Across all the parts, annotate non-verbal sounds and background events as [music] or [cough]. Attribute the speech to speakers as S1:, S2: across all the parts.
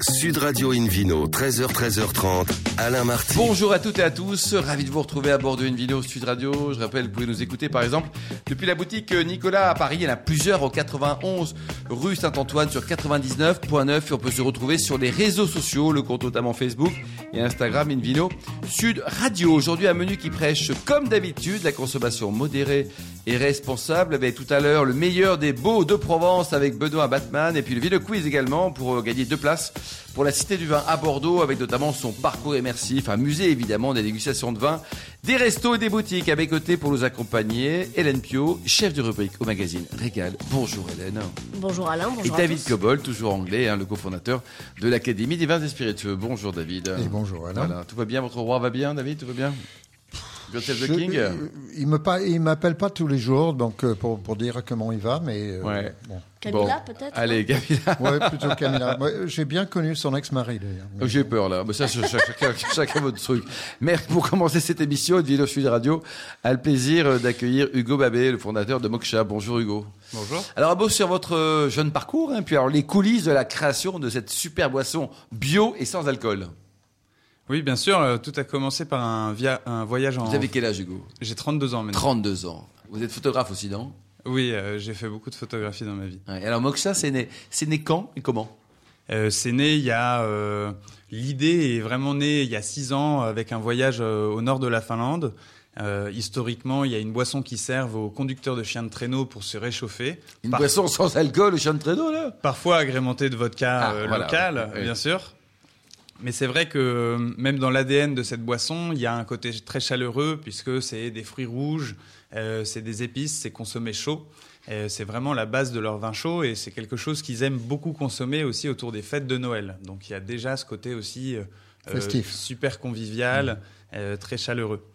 S1: Sud Radio Invino, 13h, 13h30, Alain Marty.
S2: Bonjour à toutes et à tous, ravi de vous retrouver à bord de Invino Sud Radio. Je rappelle, vous pouvez nous écouter par exemple depuis la boutique Nicolas à Paris, il y en a plusieurs au 91 rue Saint-Antoine sur 99.9 et on peut se retrouver sur les réseaux sociaux, le compte notamment Facebook et Instagram Invino Sud Radio. Aujourd'hui un menu qui prêche comme d'habitude la consommation modérée et responsable avec tout à l'heure le meilleur des beaux de Provence avec Benoît Batman et puis le Ville Quiz également pour euh, gagner deux places pour la Cité du Vin à Bordeaux avec notamment son parcours immersif, un musée évidemment, des dégustations de vin, des restos et des boutiques. À mes côtés pour nous accompagner, Hélène Pio, chef de rubrique au magazine Régal. Bonjour Hélène.
S3: Bonjour Alain, bonjour.
S2: Et David à tous. Cobol, toujours anglais, hein, le cofondateur de l'Académie des vins et spiritueux. Bonjour David.
S4: Et bonjour Alain. Voilà.
S2: Tout va bien, votre roi va bien David, tout va bien
S4: je, King. Il me il m'appelle pas tous les jours, donc euh, pour, pour dire comment il va, mais
S2: ouais. euh, bon.
S3: Camilla bon. peut-être.
S2: Allez, Camilla.
S4: ouais, plutôt Camilla. Ouais, J'ai bien connu son ex-mari d'ailleurs.
S2: Oh, J'ai peur là, mais ça chacun, chacun votre truc. Mais pour commencer cette émission de Ville Sud Radio, a le plaisir d'accueillir Hugo Babé, le fondateur de Moksha. Bonjour Hugo.
S5: Bonjour.
S2: Alors un beau sur votre jeune parcours, hein, puis alors les coulisses de la création de cette super boisson bio et sans alcool.
S5: Oui, bien sûr. Euh, tout a commencé par un, via, un voyage en.
S2: Vous avez quel âge, Hugo
S5: J'ai 32 ans maintenant.
S2: 32 ans. Vous êtes photographe aussi, non
S5: Oui, euh, j'ai fait beaucoup de photographies dans ma vie.
S2: Ouais, alors, Moksha, c'est né, né quand et comment
S5: euh, C'est né il y a. euh, L'idée est vraiment née il y a 6 ans avec un voyage euh, au nord de la Finlande. Euh, historiquement, il y a une boisson qui serve aux conducteurs de chiens de traîneau pour se réchauffer.
S2: Une Parfois... boisson sans alcool, aux chiens de traîneau, là
S5: Parfois agrémentée de vodka ah, voilà, local, ouais, ouais. bien sûr. Mais c'est vrai que euh, même dans l'ADN de cette boisson, il y a un côté très chaleureux puisque c'est des fruits rouges, euh, c'est des épices, c'est consommé chaud. Euh, c'est vraiment la base de leur vin chaud et c'est quelque chose qu'ils aiment beaucoup consommer aussi autour des fêtes de Noël. Donc il y a déjà ce côté aussi euh, super convivial, mmh. très chaleureux.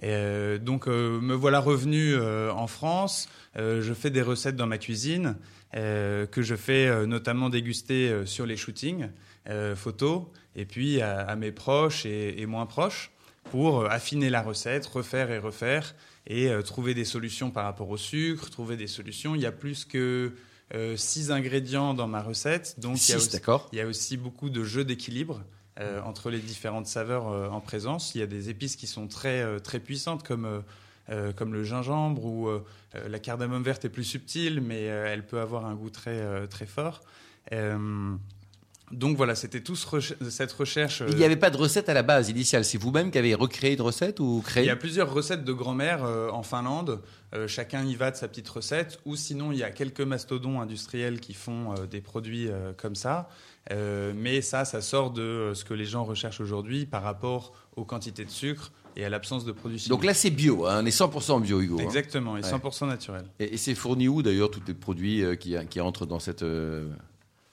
S5: Et euh, donc me voilà revenu euh, en France, Euh, je fais des recettes dans ma cuisine euh, que je fais notamment déguster euh, sur les shootings euh, photos et puis à, à mes proches et, et, moins proches pour euh, affiner la recette, refaire et refaire et euh, trouver des solutions par rapport au sucre, trouver des solutions. Il y a plus que euh, six ingrédients dans ma recette, donc
S2: six,
S5: il, y a
S2: aussi,
S5: il, y a aussi, beaucoup de jeux d'équilibre. Euh, entre les différentes saveurs euh, en présence, il y a des épices qui sont très très puissantes comme euh, comme le gingembre ou euh, la cardamome verte est plus subtile, mais euh, elle peut avoir un goût très, euh, très fort. Euh, donc voilà, c'était tout ce reche cette recherche.
S2: Il n'y avait pas de recette à la base initiale. C'est vous-même qui avez recréé une recette ou créé
S5: Il y a plusieurs recettes de grand-mère euh, en Finlande. Euh, chacun y va de sa petite recette. Ou sinon, il y a quelques mastodons industriels qui font euh, des produits comme ça. Euh, mais ça, ça sort de euh, ce que les gens recherchent aujourd'hui par rapport aux quantités de sucre, et à l'absence de produits chimiques.
S2: Donc là, c'est bio, hein, on est 100% bio, Hugo.
S5: Exactement,
S2: hein.
S5: et 100% ouais. naturel.
S2: Et, et c'est fourni où d'ailleurs, tous les produits euh, qui, qui, entrent dans cette euh,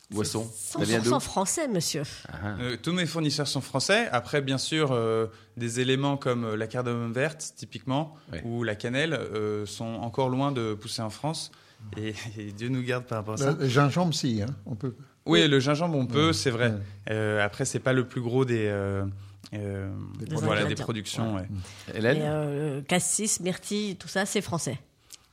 S2: boisson
S3: 100% hein français, monsieur.
S5: Ah, hein. euh, tous mes fournisseurs sont français. Après, bien sûr, euh, des éléments comme euh, la cardamome verte, typiquement, ouais. ou la cannelle, euh, sont encore loin de pousser en France. Et, [laughs] et, Dieu nous garde par rapport à ça.
S4: Le gingembre, si, hein, on peut. Euh,
S5: Oui, le gingembre, on peut, ouais. c'est vrai. Euh, après, c'est pas le plus gros des. Euh, des voilà, des productions. Ouais.
S3: Ouais. Hélène Et euh, Cassis, myrtille, tout ça, c'est français.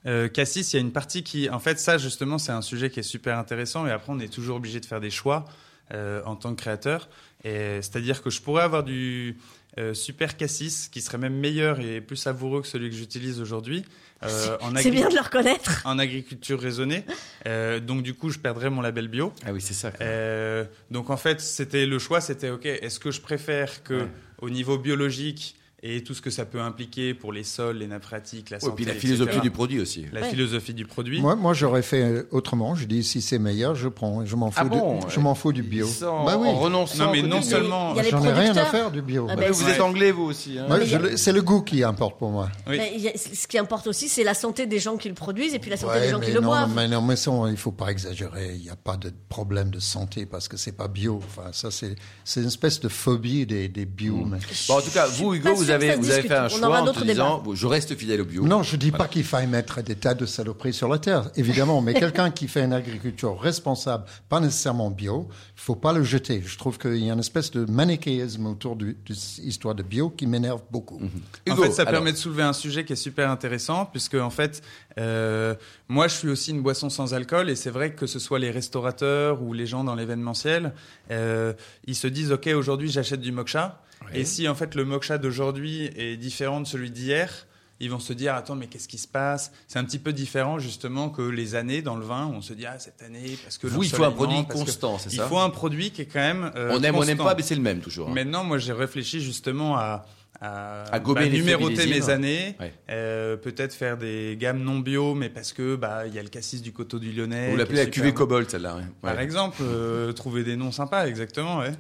S5: Euh, cassis, il y a une partie qui, en fait, ça justement, c'est un sujet qui est super intéressant. Et après, on est toujours obligé de faire des choix euh, en tant que créateur. C'est-à-dire que je pourrais avoir du, euh, super cassis qui serait même meilleur et plus savoureux que celui que j'utilise aujourd'hui.
S3: Euh, c'est bien de le reconnaître.
S5: En agriculture raisonnée. Euh, donc du coup, je perdrais mon label bio.
S2: Ah oui, c'est ça.
S5: Euh, donc en fait, c'était le choix, c'était OK, est-ce que je préfère que ouais. au niveau biologique et tout ce que ça peut impliquer pour les sols, les nappes phréatiques, la santé,
S2: ouais, et puis la philosophie
S5: etc.
S2: du produit aussi.
S5: La ouais. philosophie du produit.
S4: Moi, moi j'aurais fait euh, autrement. Je dis si c'est meilleur, je prends. Je m'en fous. Ah bon, du, je m'en fous du bio.
S2: Sans, bah oui. En renonçant.
S5: Non mais non seulement.
S4: J'en ai rien à faire du bio.
S3: ben,
S2: Ah bah, vous ouais. êtes anglais vous aussi.
S4: Bah,
S2: Hein.
S4: c'est le goût qui importe pour moi.
S3: Oui. Mais a, ce qui importe aussi, c'est la santé des gens qui le produisent et puis la santé des gens qui
S4: non,
S3: le boivent.
S4: Mais non, mais non, il faut pas exagérer. Il n'y a pas de problème de santé parce que c'est pas bio. Enfin, ça c'est une espèce de phobie des, des bio.
S2: en tout cas, vous Hugo, vous avez,
S3: ça se
S2: vous avez
S3: discute.
S2: fait un
S3: On
S2: choix
S3: aura un
S2: en
S3: autre
S2: te disant bon, je reste fidèle au bio.
S4: Non, je ne dis pas qu'il faille mettre des tas de saloperies sur la terre, évidemment,
S2: [laughs]
S4: mais quelqu'un qui fait une agriculture responsable, pas nécessairement bio, il faut pas le jeter. Je trouve qu'il y a une espèce de manichéisme autour du- de cette histoire de bio qui m'énerve beaucoup.
S2: Mhm. Hugo,
S5: en fait, ça
S2: alors.
S5: permet de soulever un sujet qui est super intéressant, puisque en fait, euh, moi, je suis aussi une boisson sans alcool, et c'est vrai que ce soit les restaurateurs ou les gens dans l'événementiel, euh, ils se disent, ok, aujourd'hui, j'achète du moksha, et si en fait le moksha d'aujourd'hui est différent de celui d'hier, ils vont se dire, attends, mais qu'est-ce qui se passe C'est un petit peu différent justement que les années dans le vin, où on se dit, ah, cette année, parce que
S2: Vous, il faut un produit
S5: l'ensoleillement, parce que-
S2: constant, c'est
S5: Il
S2: ça
S5: faut un produit qui est quand même. euh,
S2: On aime, on n'aime
S5: constant.
S2: pas, mais c'est le même toujours. hein.
S5: Maintenant, moi, j'ai réfléchi justement à, à, bah,
S2: À gommer les
S5: numéroter
S2: féminésimes.
S5: mes années,
S2: Ouais.
S5: euh, peut-être faire des gammes non bio, mais parce que bah il y a le cassis du coteau du Lyonnais.
S2: Vous l'appelez
S5: qui
S2: la
S5: est super
S2: cuvée
S5: bon.
S2: Cobalt, celle-là. hein. ouais.
S5: Par
S2: Ouais.
S5: exemple,
S2: [laughs]
S5: euh, trouver des noms sympas, exactement. Ouais.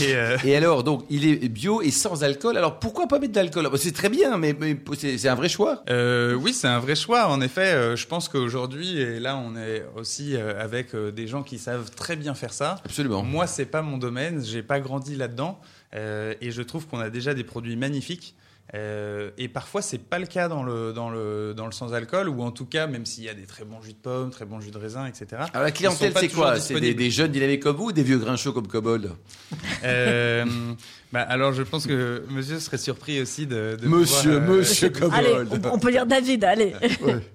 S5: Et, euh,
S2: Et alors, donc, il est bio et sans alcool. Alors, pourquoi pas mettre d'alcool C'est très bien, mais, mais c'est c'est un vrai choix.
S5: Euh, oui, c'est un vrai choix. En effet, euh, je pense qu'aujourd'hui, et là, on est aussi euh, avec euh, des gens qui savent très bien faire ça.
S2: Absolument.
S5: Moi, c'est pas mon domaine. J'ai pas grandi là-dedans, euh, et je trouve qu'on a déjà des produits magnifiques. Euh, et parfois, c'est pas le cas dans le dans le dans le sans alcool, ou en tout cas, même s'il y a des très bons jus de pommes, très bons jus de raisin, etc.
S2: Alors, la clientèle,
S5: Ils sont pas
S2: c'est
S5: toujours
S2: quoi C'est des,
S5: disponibles.
S2: des jeunes dynamiques comme vous ou des vieux grincheux comme Cobalt
S5: Euh, bah, alors, je pense que Monsieur serait surpris aussi de, de
S2: Monsieur,
S5: pouvoir, euh, [laughs]
S2: monsieur
S3: Allez,
S2: Cobalt.
S3: on, on peut lire David, allez.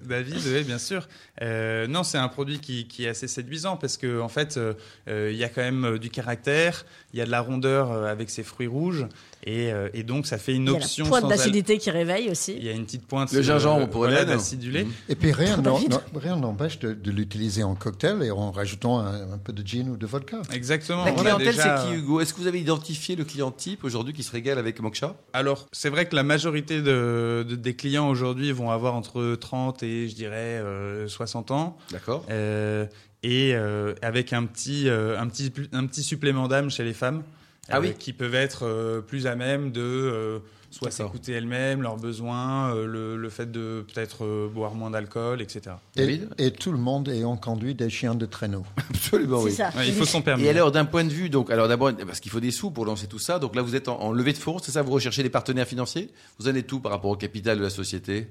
S5: David, oui, bien sûr. Euh, non, c'est un produit qui, qui est assez séduisant parce que en fait, euh, euh, il y a quand même euh, du caractère, il y a de la rondeur euh, avec ses fruits rouges et, euh, et donc ça fait
S3: [laughs] Il
S5: une
S3: y a
S5: option
S3: la pointe
S5: sans
S3: d'acidité qui réveille
S5: al-
S3: aussi.
S5: Il y a une petite pointe.
S2: Le gingembre
S5: euh,
S2: pour
S5: voilà,
S2: Hélène.
S5: d'acidulé.
S2: Mm-hmm.
S4: Et puis rien
S3: Trop
S4: n'en-
S3: vite.
S4: n'en- rien n'empêche de, de l'utiliser en cocktail et en rajoutant un, un peu de gin ou de vodka.
S5: Exactement.
S2: La
S5: on a
S2: clientèle,
S5: déjà-
S2: c'est qui, Hugo Est-ce que vous avez identifié le client type aujourd'hui qui se régale avec Moksha
S5: Alors, c'est vrai que la majorité de, de- des clients aujourd'hui vont avoir entre 30 et je dirais euh, 60 ans.
S2: D'accord.
S5: Euh, et euh, avec un petit, euh, un petit, un petit supplément d'âme chez les femmes.
S2: Ah oui.
S5: Qui peuvent être euh, plus à même de euh, soit
S2: D'accord.
S5: s'écouter elles-mêmes, leurs besoins, euh, le, le fait de peut-être euh, boire moins d'alcool, etc.
S4: Et,
S2: David
S4: et tout le monde ayant conduit des chiens de traîneau.
S2: Absolument,
S3: Ah, C'est
S2: oui.
S3: ça.
S5: Ouais, il faut son permis.
S2: Et alors, d'un point de vue, donc, alors d'abord, parce qu'il faut des sous pour lancer tout ça. Donc là, vous êtes en, en levée de fonds, c'est ça Vous recherchez des partenaires financiers Vous en êtes tout par rapport au capital de la société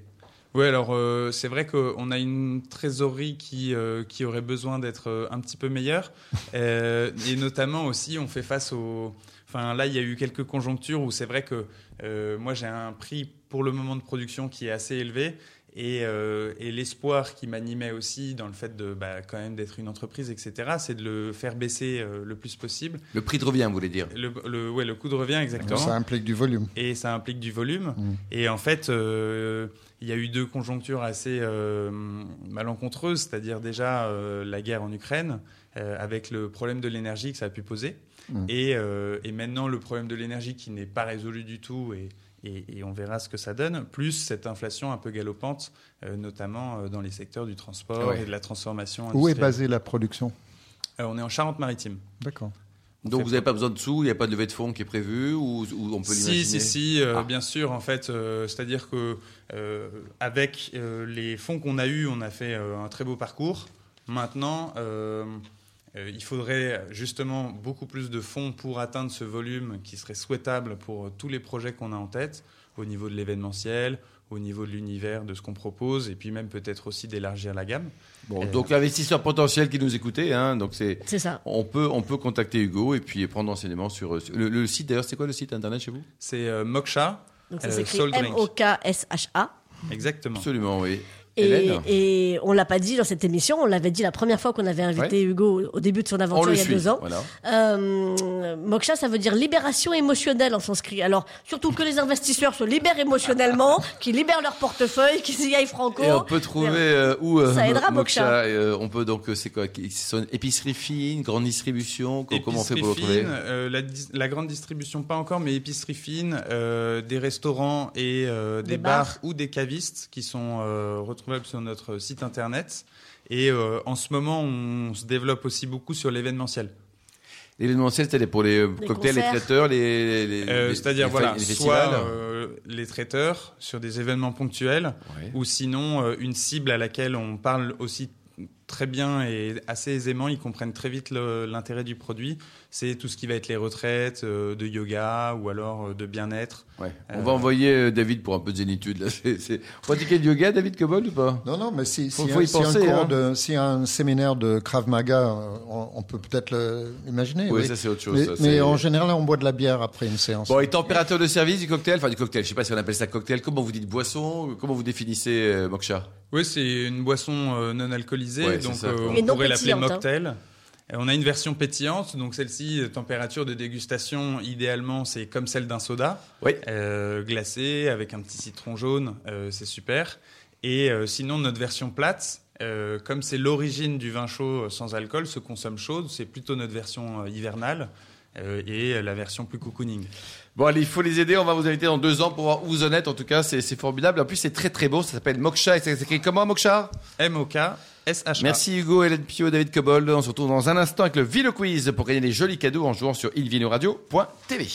S5: Oui, alors euh, c'est vrai qu'on a une trésorerie qui, euh, qui aurait besoin d'être euh, un petit peu meilleure. [laughs] Euh, et notamment aussi, on fait face au. Enfin, là, il y a eu quelques conjonctures où c'est vrai que euh, moi, j'ai un prix pour le moment de production qui est assez élevé. Et, euh, et l'espoir qui m'animait aussi dans le fait de bah, quand même d'être une entreprise, etc., c'est de le faire baisser euh, le plus possible.
S2: Le prix de revient, vous voulez dire
S5: Le, le, ouais, le coût de revient, exactement
S4: Ça implique du volume.
S5: et ça implique du volume.
S4: Mm.
S5: Et en fait, euh, il y a eu deux conjonctures assez euh, malencontreuses, c'est-à-dire déjà euh, la guerre en Ukraine, euh, avec le problème de l'énergie que ça a pu poser,
S4: Mm.
S5: et, euh, et maintenant le problème de l'énergie qui n'est pas résolu du tout, et, et, et on verra ce que ça donne, plus cette inflation un peu galopante, euh, notamment euh, dans les secteurs du transport
S2: Ouais.
S5: et de la transformation
S4: Où est
S5: industrielle.
S4: basée la production
S5: Euh, on est en Charente-Maritime.
S4: D'accord.
S2: Donc, vous n'avez pas besoin de sous, il n'y a pas de levée de fonds qui est prévue ou, ou on peut l'imaginer
S5: Si, si, si, euh,
S2: Ah.
S5: bien sûr, en fait, euh, c'est-à-dire que euh, avec euh, les fonds qu'on a eus, on a fait euh, un très beau parcours. Maintenant, euh, euh, il faudrait justement beaucoup plus de fonds pour atteindre ce volume qui serait souhaitable pour euh, tous les projets qu'on a en tête, au niveau de l'événementiel, au niveau de l'univers, de ce qu'on propose, et puis même peut-être aussi d'élargir la gamme.
S2: Bon, donc investisseurs potentiels qui nous écoutaient, hein, donc c'est
S3: C'est ça.
S2: on peut on peut contacter Hugo et puis prendre renseignement sur, euh, sur- le, le site d'ailleurs. C'est quoi le site internet chez vous
S5: C'est euh, Moksha,
S3: Donc ça
S5: Euh,
S3: s'écrit
S5: Soul Drink.
S3: M-O-K-S-H-A.
S5: exactement.
S2: Absolument, oui.
S3: Et,
S2: Hélène
S3: et on l'a pas dit dans cette émission, on l'avait dit la première fois qu'on avait invité Hugo au début de son
S2: on
S3: aventure
S2: le
S3: il y a
S2: suit.
S3: deux ans.
S2: Voilà.
S3: Euh, moksha, ça veut dire libération émotionnelle en sanskrit. Alors, surtout que les investisseurs se libèrent émotionnellement, qu'ils libèrent leur portefeuille, qu'ils y aillent franco.
S2: Et on peut trouver euh, où euh,
S3: Ça aidera, Moksha.
S2: et, euh, on peut donc euh, c'est quoi qui- c'est une Épicerie fine, grande distribution. co- comment on fait
S5: Épicerie
S2: pour le trouver
S5: fine, euh, la, dis- la grande distribution, pas encore, mais épicerie fine, euh, des restaurants et euh, des,
S3: Des
S5: bars.
S3: bars.
S5: ou des cavistes qui sont euh, retrouvables sur notre site internet. Et euh, en ce moment, on se développe aussi beaucoup sur l'événementiel.
S2: L'événementiel, c'était pour les, euh,
S3: Les
S2: cocktails, les
S3: concerts.
S2: traiteurs, les, les- les-
S5: Euh,
S2: les-
S5: C'est-à-dire,
S2: les fa-
S5: voilà,
S2: les
S5: soit
S2: festivals.
S5: euh, les traiteurs sur des événements ponctuels,
S2: Ouais.
S5: ou sinon euh, une cible à laquelle on parle aussi très bien et assez aisément. Ils comprennent très vite l'intérêt du produit. C'est tout ce qui va être les retraites, euh, de yoga ou alors euh, de bien-être.
S2: Ouais. On
S5: euh,
S2: va envoyer euh, David pour un peu de zénitude. Là. [laughs] C'est, c'est... Pratiquer le yoga, David Cobol, ou pas
S4: Non, non, mais si, faut, si, faut y si penser, un, cours hein. de, si un séminaire de Krav Maga, euh, on, on peut peut-être l'imaginer.
S2: Oui, oui, ça c'est autre chose.
S4: Mais,
S2: ça,
S4: mais en général, on boit de la bière après une séance.
S2: Bon, et température de service du cocktail, enfin du cocktail, je sais pas si on appelle ça cocktail. Comment vous dites boisson Comment vous définissez euh, Moksha
S5: Oui, c'est une boisson euh, non alcoolisée,
S2: Ouais, c'est
S5: donc euh,
S2: ça.
S5: on
S3: Et non
S5: pourrait l'appeler
S3: pétillante, hein.
S5: mocktail. Et On a une version pétillante, donc celle-ci, température de dégustation, idéalement, c'est comme celle d'un soda.
S2: Oui.
S5: Euh, glacé avec un petit citron jaune, euh, c'est super. Et euh, sinon, notre version plate, euh, comme c'est l'origine du vin chaud euh, sans alcool, se consomme chaude, c'est plutôt notre version euh, hivernale euh, et euh, la version plus cocooning.
S2: Bon, allez, il faut les aider. On va vous inviter dans deux ans pour voir où vous en êtes. En tout cas, c'est, c'est formidable. En plus, c'est très très beau. Ça s'appelle Moksha. Et c'est c'est écrit comment, Moksha
S5: MOK, SHA.
S2: Merci Hugo, Hélène Pio, David Cobold. On se retrouve dans un instant avec le Vino Quiz pour gagner des jolis cadeaux en jouant sur ilvinoradio.tv.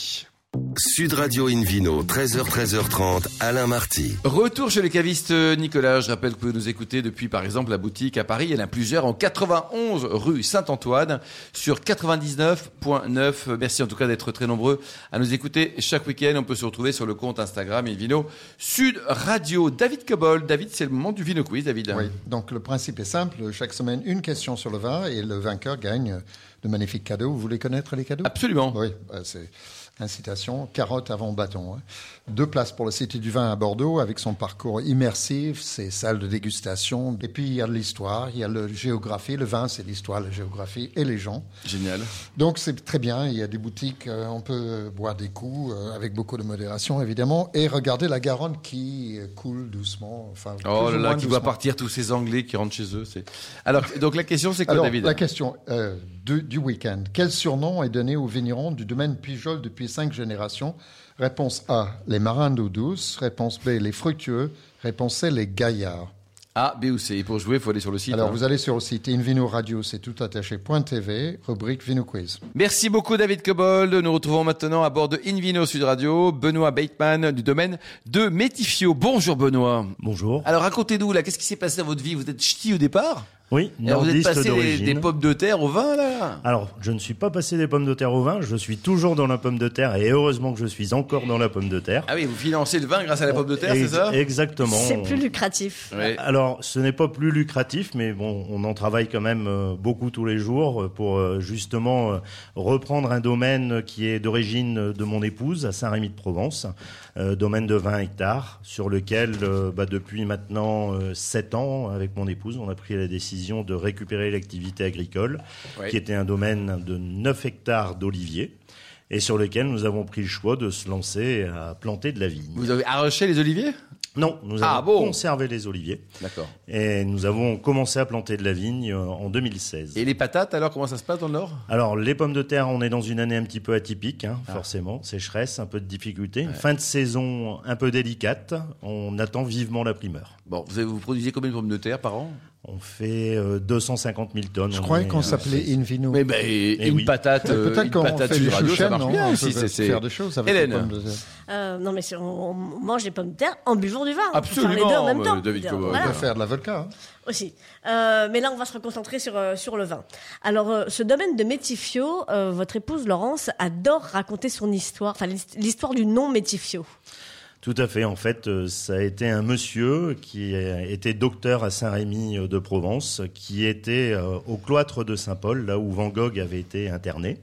S1: Sud Radio Invino, 13h, 13h30, Alain Marty.
S2: Retour chez le caviste Nicolas. Je rappelle que vous pouvez nous écouter depuis, par exemple, la boutique à Paris. Il y en a plusieurs en 91 rue Saint-Antoine sur 99.9. Merci en tout cas d'être très nombreux à nous écouter chaque week-end. On peut se retrouver sur le compte Instagram Invino Sud Radio. David Cobold. David, c'est le moment du Vino Quiz, David.
S4: Oui, donc le principe est simple. Chaque semaine, une question sur le vin et le vainqueur gagne de magnifiques cadeaux. Vous voulez connaître les cadeaux
S2: Absolument.
S4: Oui, bah, c'est incitation, carotte avant bâton. hein. Deux places pour la Cité du Vin à Bordeaux avec son parcours immersif, ses salles de dégustation. Et puis il y a l'histoire, il y a la géographie. Le vin, c'est l'histoire, la géographie et les gens.
S2: Génial.
S4: Donc c'est très bien, il y a des boutiques, euh, on peut boire des coups euh, avec beaucoup de modération évidemment et regarder la Garonne qui euh, coule doucement.
S2: Oh
S4: Enfin, plus
S2: là
S4: ou
S2: là,
S4: moins
S2: qui
S4: doucement.
S2: voit partir tous ces Anglais qui rentrent chez eux. c'est- Alors, donc la question, c'est quoi,
S4: Alors,
S2: David
S4: la question euh, du, du week-end. Quel surnom est donné aux vignerons du domaine Pijol depuis cinq générations Réponse A, les marins d'eau douce. Réponse B, les fructueux. Réponse C, les gaillards.
S2: A, B ou C. Et pour jouer, il faut aller sur le site.
S4: Alors,
S2: hein.
S4: vous allez sur le site Invino Radio, c'est tout attaché, point TV, rubrique Vino Quiz.
S2: Merci beaucoup David Cobold. Nous retrouvons maintenant à bord de Invino Sud Radio Benoît Bateman du domaine de Métifio. Bonjour Benoît.
S6: Bonjour.
S2: Alors racontez-nous là, qu'est-ce qui s'est passé dans votre vie Vous êtes ch'ti au départ
S6: Oui,
S2: Et alors, Vous êtes
S6: nordiste
S2: passé des,
S6: d'origine.
S2: des pommes de terre au vin là
S6: Alors, je ne suis pas passé des pommes de terre au vin, je suis toujours dans la pomme de terre et heureusement que je suis encore dans la pomme de terre.
S2: Ah oui, vous financez le vin grâce à la pomme de terre, c'est
S6: Ex-
S2: ça
S6: Exactement.
S3: C'est plus lucratif.
S2: Ouais.
S6: Alors, ce n'est pas plus lucratif, mais bon, on en travaille quand même euh, beaucoup tous les jours euh, pour euh, justement euh, reprendre un domaine qui est d'origine euh, de mon épouse à Saint-Rémy-de-Provence, euh, domaine de 20 hectares, sur lequel, euh, bah, depuis maintenant 7 ans, avec mon épouse, on a pris la décision de récupérer l'activité agricole,
S2: Ouais.
S6: qui était un domaine de 9 hectares d'oliviers, et sur lequel nous avons pris le choix de se lancer à planter de la vigne.
S2: Vous avez arraché les oliviers
S6: Non, nous
S2: Ah,
S6: avons
S2: bon
S6: conservé les oliviers.
S2: D'accord.
S6: Et nous avons commencé à planter de la vigne euh, en 2016.
S2: Et les patates alors, comment ça se passe dans le Nord
S6: Alors, les pommes de terre, on est dans une année un petit peu atypique, hein, forcément. Sécheresse, un peu de difficulté. Une Fin de saison un peu délicate. On attend vivement la primeur.
S2: Bon, vous, avez- vous produisez combien de pommes de terre par an
S6: On fait euh, 250 000 tonnes.
S4: Je
S6: On
S4: croyais
S6: est,
S4: qu'on
S6: euh,
S4: s'appelait Invino.
S2: Mais ben, une
S6: oui.
S2: patate, euh,
S4: Peut-être
S2: une
S4: qu'on
S2: patate
S4: fait
S2: sur
S4: du
S2: radio, ça
S4: chouchen,
S2: marche
S4: non
S2: bien
S4: On
S2: aussi,
S4: peut
S2: c'est- c'est-
S4: faire des choses avec
S2: Hélène.
S4: les pommes de terre.
S3: Euh, non, mais c'est- on, on mange des pommes de terre en buvant du vin. On peut faire
S2: Absolument,
S3: les deux en
S2: euh,
S3: même temps.
S2: David
S3: Je veux dire,
S2: Cobol.
S4: On
S3: voilà,
S4: peut faire de la vodka. hein.
S3: aussi. Euh, mais là, on va se reconcentrer sur, euh, sur le vin. Alors, euh, ce domaine de Métifio, euh, votre épouse Laurence adore raconter son histoire, enfin l'hist- l'histoire du nom Métifio.
S6: Tout à fait. En fait, euh, ça a été un monsieur qui euh, était docteur à Saint-Rémy euh, de Provence, qui était euh, au cloître de Saint-Paul, là où Van Gogh avait été interné,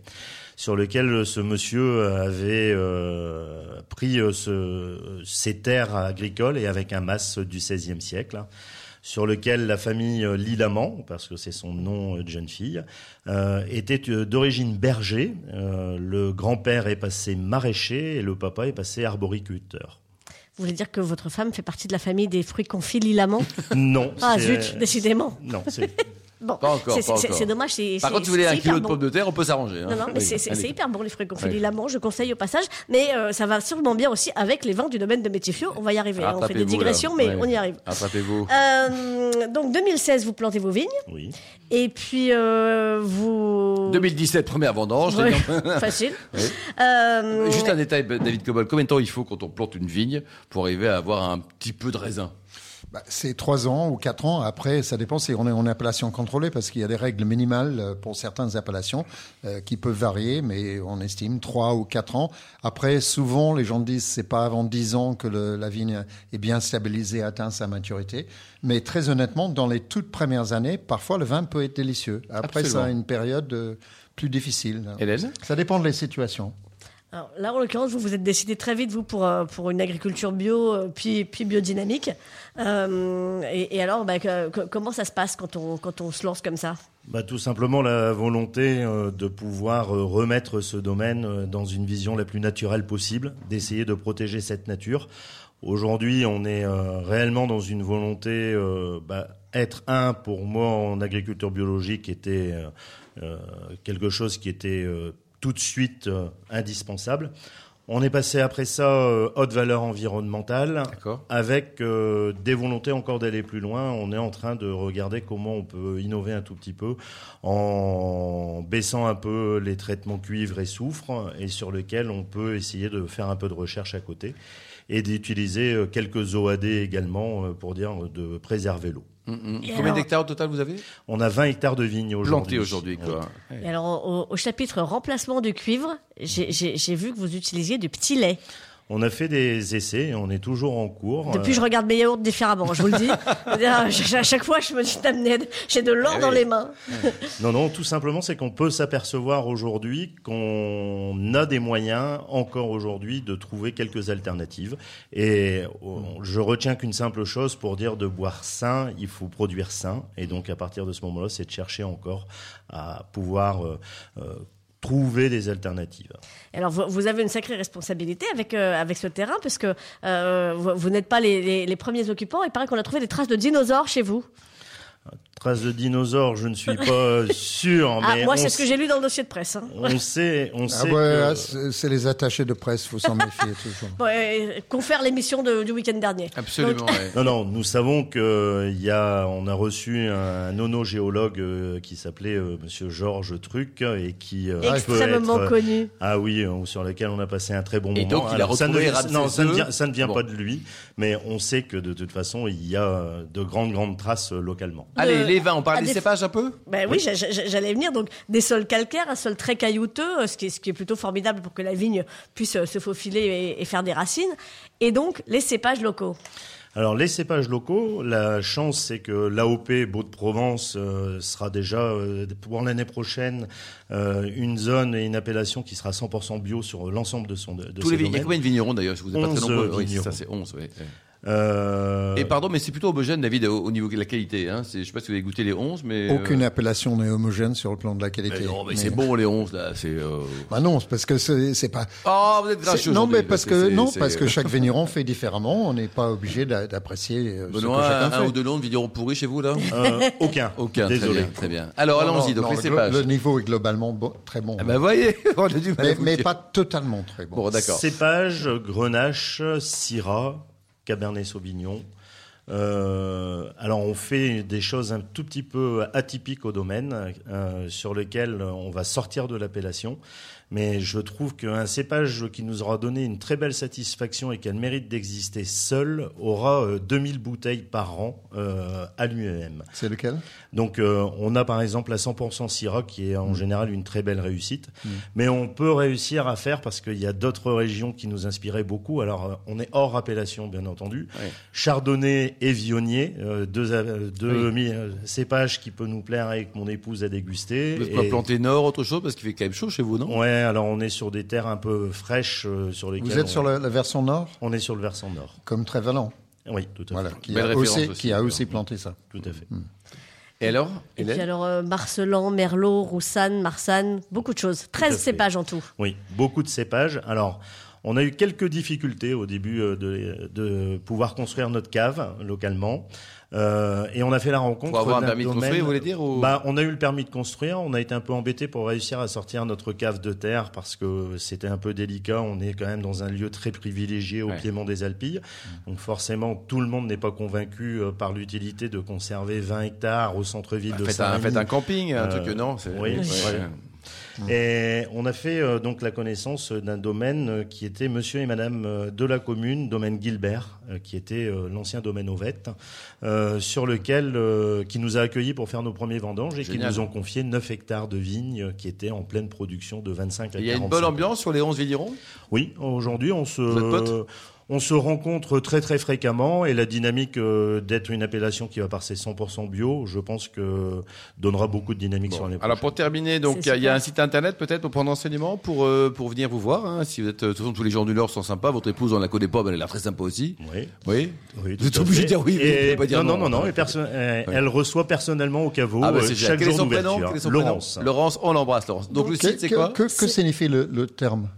S6: sur lequel euh, ce monsieur avait euh, pris euh, ce- ses terres agricoles et avec un mas du XVIe siècle sur lequel la famille euh, Lilamant, parce que c'est son nom euh, de jeune fille, euh, était euh, d'origine berger. Euh, le grand-père est passé maraîcher et le papa est passé arboriculteur.
S3: Vous voulez dire que votre femme fait partie de la famille des fruits confits lilamment
S6: Non.
S3: Ah
S6: c'est-
S3: zut, décidément.
S6: Non,
S3: [laughs]
S6: c'est
S3: Bon,
S2: Pas encore,
S3: c'est-
S2: pas
S3: c'est
S2: encore.
S3: c'est dommage. c'est-
S2: Par
S3: c'est-
S2: contre, si vous voulez
S3: c'est
S2: un
S3: hyper
S2: kilo de
S3: bon.
S2: pommes de terre, on peut s'arranger. hein.
S3: Non, non, mais
S2: Oui,
S3: c'est- c'est
S2: allez.
S3: c'est hyper bon les fruits confits
S2: Ouais.
S3: lilamment, je conseille au passage. Mais euh, ça va sûrement bien aussi avec les vins du domaine de Métifio, on va y arriver. hein. On fait des
S2: Rattrapez-vous, là.
S3: digressions, mais
S2: Ouais.
S3: on y arrive.
S2: Rattrapez-vous.
S3: Euh, donc 2016, vous plantez vos vignes,
S6: oui.
S3: et puis euh, vous...
S2: 2017, première vendange.
S3: Ouais,
S2: c'est [laughs]
S3: Facile.
S2: Oui.
S3: Euh,
S2: bien. Juste un détail, David Cobol, combien de temps il faut quand on plante une vigne pour arriver à avoir un petit peu de raisin
S4: Bah, c'est trois ans ou quatre ans. Après, ça dépend si on est en appellation contrôlée, parce qu'il y a des règles minimales euh, pour certaines appellations euh, qui peuvent varier, mais on estime trois ou quatre ans. Après, souvent, les gens disent c'est pas avant dix ans que le- la vigne est bien stabilisée, atteint sa maturité. Mais très honnêtement, dans les toutes premières années, parfois le vin peut être délicieux. Après, ça a
S2: Absolument.
S4: une période euh, plus difficile.
S2: Hélène
S4: Ça dépend des situations.
S3: Alors là, en l'occurrence, vous vous êtes décidé très vite, vous, pour, euh, pour une agriculture bio, euh, puis, puis biodynamique. Euh, et, et alors, bah, que- que- comment ça se passe quand on, quand on se lance comme ça
S6: Bah, tout simplement la volonté euh, de pouvoir euh, remettre ce domaine euh, dans une vision la plus naturelle possible, d'essayer de protéger cette nature. Aujourd'hui, on est euh, réellement dans une volonté euh, bah, être un pour moi en agriculture biologique était euh, euh, quelque chose qui était euh, tout de suite euh, indispensable. On est passé après ça euh, haute valeur environnementale
S2: D'accord.
S6: avec euh, des volontés encore d'aller plus loin. On est en train de regarder comment on peut innover un tout petit peu en baissant un peu les traitements cuivre et soufre et sur lesquels on peut essayer de faire un peu de recherche à côté et d'utiliser euh, quelques OAD également euh, pour dire euh, de préserver l'eau.
S2: Mhm.
S3: Et
S2: Combien
S3: alors
S2: d'hectares au total vous avez
S6: On a 20 hectares de vignes
S2: Planté
S6: aujourd'hui.
S2: aujourd'hui, quoi.
S3: Et alors, au, au chapitre remplacement du cuivre, j'ai- j'ai j'ai vu que vous utilisiez du petit lait.
S6: On a fait des essais, on est toujours en cours.
S3: Depuis, je regarde mes yaourts différemment, je vous
S6: [laughs]
S3: le dis. C'est-à-dire, je- à chaque fois, je me dis, Damned, j'ai de l'or
S2: Eh
S3: dans
S2: oui.
S3: les mains.
S6: Non, non, tout simplement, c'est qu'on peut s'apercevoir aujourd'hui qu'on a des moyens, encore aujourd'hui, de trouver quelques alternatives. Et on- je retiens qu'une simple chose, pour dire de boire sain, il faut produire sain. Et donc, à partir de ce moment-là, c'est de chercher encore à pouvoir euh, euh, trouver des alternatives.
S3: Et Alors, vous, vous avez une sacrée responsabilité avec, euh, avec ce terrain, parce que euh, vous, vous n'êtes pas les, les- les premiers occupants. Il paraît qu'on a trouvé des traces de dinosaures chez vous.
S6: Traces de dinosaures, je ne suis
S3: [laughs]
S6: pas sûr,
S3: Ah,
S6: mais
S3: moi,
S6: on
S3: c'est ce que
S6: s-
S3: j'ai lu dans le dossier de presse. hein.
S6: On sait, on
S4: Ah
S6: sait
S4: ouais,
S6: que-
S4: ah, c'est c'est les attachés de presse, faut s'en méfier [laughs] toujours.
S3: Bon, euh, Confère l'émission de- du week-end dernier.
S6: Ah,
S2: Absolument, ouais.
S6: Non, non, nous savons que il y a, on a reçu un nono-géologue euh, qui s'appelait euh, Monsieur Georges Truc et qui euh, peut
S3: Extrêmement
S6: être-
S3: connu.
S6: Ah oui, euh, sur lequel on a passé un très bon
S2: Et
S6: moment.
S2: donc, il a
S6: ça ne,
S2: retrouvé
S6: vient-
S2: Ramsès
S6: non, ça ne
S2: II.
S6: vient, ça ne vient
S2: Bon.
S6: pas de lui, mais on sait que de toute façon, il y a euh, de grandes, grandes traces euh, localement.
S2: Allez, les vins, on
S3: à
S2: parle des
S3: des-
S2: cépages un peu
S3: Ben oui, j'a- j'a- j'allais venir. Donc, des sols calcaires, un sol très caillouteux, euh, ce qui est, ce qui est plutôt formidable pour que la vigne puisse euh, se faufiler et, et faire des racines. Et donc, les cépages locaux.
S6: Alors les cépages locaux, la chance c'est que l'AOP Beaux de Provence euh, sera déjà euh, pour l'année prochaine euh, une zone et une appellation qui sera 100% bio sur l'ensemble de son de
S2: Tous les vignes.
S6: ses
S2: Il y a
S6: domaines.
S2: combien de vignerons d'ailleurs Je vous ai pas très
S6: 11
S2: nombreux. Oui,
S6: vignerons.
S2: ça c'est 11. ouais.
S6: Euh,
S2: Et pardon, mais c'est plutôt homogène, David, au, au niveau de la qualité. Hein. C'est- Je sais pas si vous avez goûté les 11, mais. euh,
S4: Aucune appellation n'est homogène sur le plan de la
S2: mais
S4: qualité.
S2: non, mais c'est bon les 11 là. C'est. euh,
S4: Bah non, c'est parce que c'est c'est pas.
S2: Oh, vous êtes
S4: c'est-
S2: gracieux.
S4: Non,
S2: aujourd'hui.
S4: mais parce
S2: C'est-
S4: que
S2: c'est-
S4: non,
S2: c'est- [laughs]
S4: parce que chaque vigneron fait différemment. On n'est pas obligé d'a- d'apprécier euh, ce que
S2: Benoît,
S4: chacun
S2: un,
S4: fait.
S2: ou deux noms de vignerons pourris chez vous
S4: [laughs]
S2: là
S6: euh, aucun.
S2: [laughs] Aucun. Très
S6: Désolé.
S2: bien. Très bien. Alors
S4: Non,
S2: allons-y.
S4: non,
S2: Donc
S4: non,
S2: les
S4: le-
S2: cépages.
S4: Le niveau est globalement bon- très bon.
S2: Ah
S6: bah,
S2: ben
S4: [laughs]
S2: voyez, on a du mal. à
S4: mais,
S2: vous
S4: mais
S2: dire.
S4: pas totalement très bon.
S2: Bon, Oh, d'accord.
S6: Cépage, Grenache, Syrah, Cabernet Sauvignon. Euh, alors on fait des choses un tout petit peu atypiques au domaine euh, sur lesquelles on va sortir de l'appellation. Mais je trouve qu'un cépage qui nous aura donné une très belle satisfaction et qu'elle mérite d'exister seul aura euh, 2000 bouteilles par an euh, à l'UEM.
S4: C'est lequel
S6: Donc euh, on a par exemple la 100% Syrah qui est en
S2: Mm.
S6: général une très belle réussite, mais on peut réussir à faire parce qu'il y a d'autres régions qui nous inspiraient beaucoup. Alors euh, on est hors appellation bien entendu,
S2: Ouais.
S6: Chardonnay et Viognier, euh, deux, euh, deux mi- euh, cépages qui peut nous plaire et que mon épouse a dégusté.
S2: Vous êtes pas
S6: Et-
S2: planté nord, autre chose, parce qu'il fait quand même chaud chez vous, non
S6: Ouais, alors on est sur des terres un peu fraîches euh, sur lesquelles
S4: Vous êtes
S6: on,
S4: sur la, la version nord,
S6: on est sur le versant nord.
S4: comme Trévalent,
S6: Oui, tout à
S4: voilà,
S6: fait.
S4: qui
S2: Belle
S4: a,
S2: référence
S4: aussi,
S2: aussi,
S4: qui a
S2: d'ailleurs.
S4: aussi planté ça.
S6: Tout à fait.
S2: Et alors
S3: Et
S2: Hélène
S3: puis alors, euh, Marcelan, Merlot, Roussanne, Marsanne, beaucoup de choses. 13
S6: fait.
S3: cépages en tout.
S6: Oui, beaucoup de cépages. Alors, on a eu quelques difficultés au début euh, de, de pouvoir construire notre cave localement. Euh, et on a fait la rencontre.
S2: Pour avoir un
S6: d'un
S2: permis de
S6: domaine-
S2: construire, vous voulez dire, ou-
S6: bah, On a eu le permis de construire. On a été un peu embêté pour réussir à sortir notre cave de terre parce que c'était un peu délicat. On est quand même dans un lieu très privilégié au
S2: Ouais. Mmh.
S6: piémont des Alpilles. Donc, forcément, tout le monde n'est pas convaincu euh, par l'utilité de conserver 20 hectares au centre-ville de
S2: Bah, faites, un,
S6: Saint-Rémy.
S2: faites un camping, un
S6: Euh,
S2: truc, non c'est-
S6: oui,
S2: ouais.
S6: ouais. Et on a fait euh, donc la connaissance d'un domaine euh, qui était Monsieur et Madame euh, de la commune, domaine Gilbert, euh, qui était euh, l'ancien domaine Ovette, euh, sur lequel euh, qui nous a accueillis pour faire nos premiers vendanges et qui
S2: Génial.
S6: nous ont confié 9 hectares de vignes euh, qui étaient en pleine production de 25 à 45.
S2: Il y a une bonne ambiance sur les 11 Villerons
S6: Oui, aujourd'hui, on se.
S2: Vous êtes potes
S6: on se rencontre très très fréquemment et la dynamique euh, d'être une appellation qui va passer 100% bio, je pense que donnera beaucoup de dynamique sur les
S2: Alors pour terminer, donc il
S3: C'est
S2: y a- il y a
S3: super.
S2: un site internet peut-être pour prendre enseignement, pour euh, pour venir vous voir. hein, si vous êtes, euh, de toute façon, tous les gens du Nord sont sympas. Votre épouse, on la connaît pas, mais elle est très sympa aussi.
S6: Oui.
S2: Oui.
S6: Oui,
S2: Vous êtes
S6: tout à
S2: obligé
S6: fait.
S2: de dire oui, vous
S6: Et-
S2: pouvez pas dire
S6: non,
S2: non.
S6: non, non, non, et perso- euh,
S2: Ouais.
S6: Elle reçoit personnellement au caveau
S2: bah,
S6: euh,
S2: c'est génial.
S6: chaque
S2: Quel est
S6: jour
S2: son prénom Quel est
S6: d'ouverture.
S2: son
S6: Laurence.
S2: prénom Laurence, on l'embrasse, Laurence. Donc le
S4: Que-
S2: site, c'est
S4: que-
S2: quoi
S4: que, que
S3: C'est-
S4: signifie le, le terme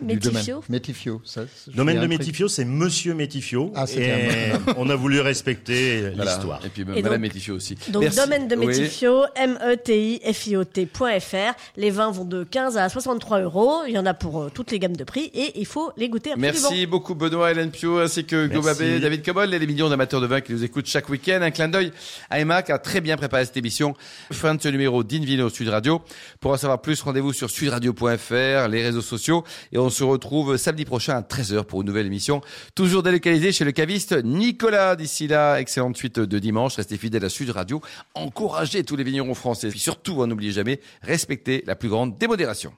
S4: du
S3: Métifio.
S4: domaine Métifio. ça, c'est-
S6: Domaine
S4: il y a
S6: de
S4: un truc-
S6: Métifio, c'est Monsieur Métifio.
S4: Ah, c'est
S6: et on a voulu respecter
S2: Voilà.
S6: l'histoire.
S2: Et puis euh,
S3: Et
S2: Madame
S3: donc-
S2: Métifio aussi.
S3: Donc,
S2: Merci.
S3: domaine de
S2: Oui.
S3: Métifio, E M-E-T-I-F-I-O-T.fr. Les vins vont de 15 à 63 euros. Il y en a pour euh, toutes les gammes de prix et il faut les goûter absolument.
S2: Merci beaucoup Benoît, Hélène Pio, ainsi que Hugo
S6: Merci.
S2: Babé, David Cobol et les millions d'amateurs de vin qui nous écoutent chaque week-end. Un clin d'œil à Emma qui a très bien préparé cette émission. Fin de ce numéro d'Invino Sud Radio. Pour en savoir plus, rendez-vous sur sudradio.fr, les réseaux sociaux et on se retrouve samedi prochain à 13h pour une nouvelle émission. Toujours délocalisée chez le caviste Nicolas. D'ici là, excellente suite de dimanche. Restez fidèles à Sud Radio. Encouragez tous les vignerons français. Et puis surtout, hein, n'oubliez jamais, respectez la plus grande démodération.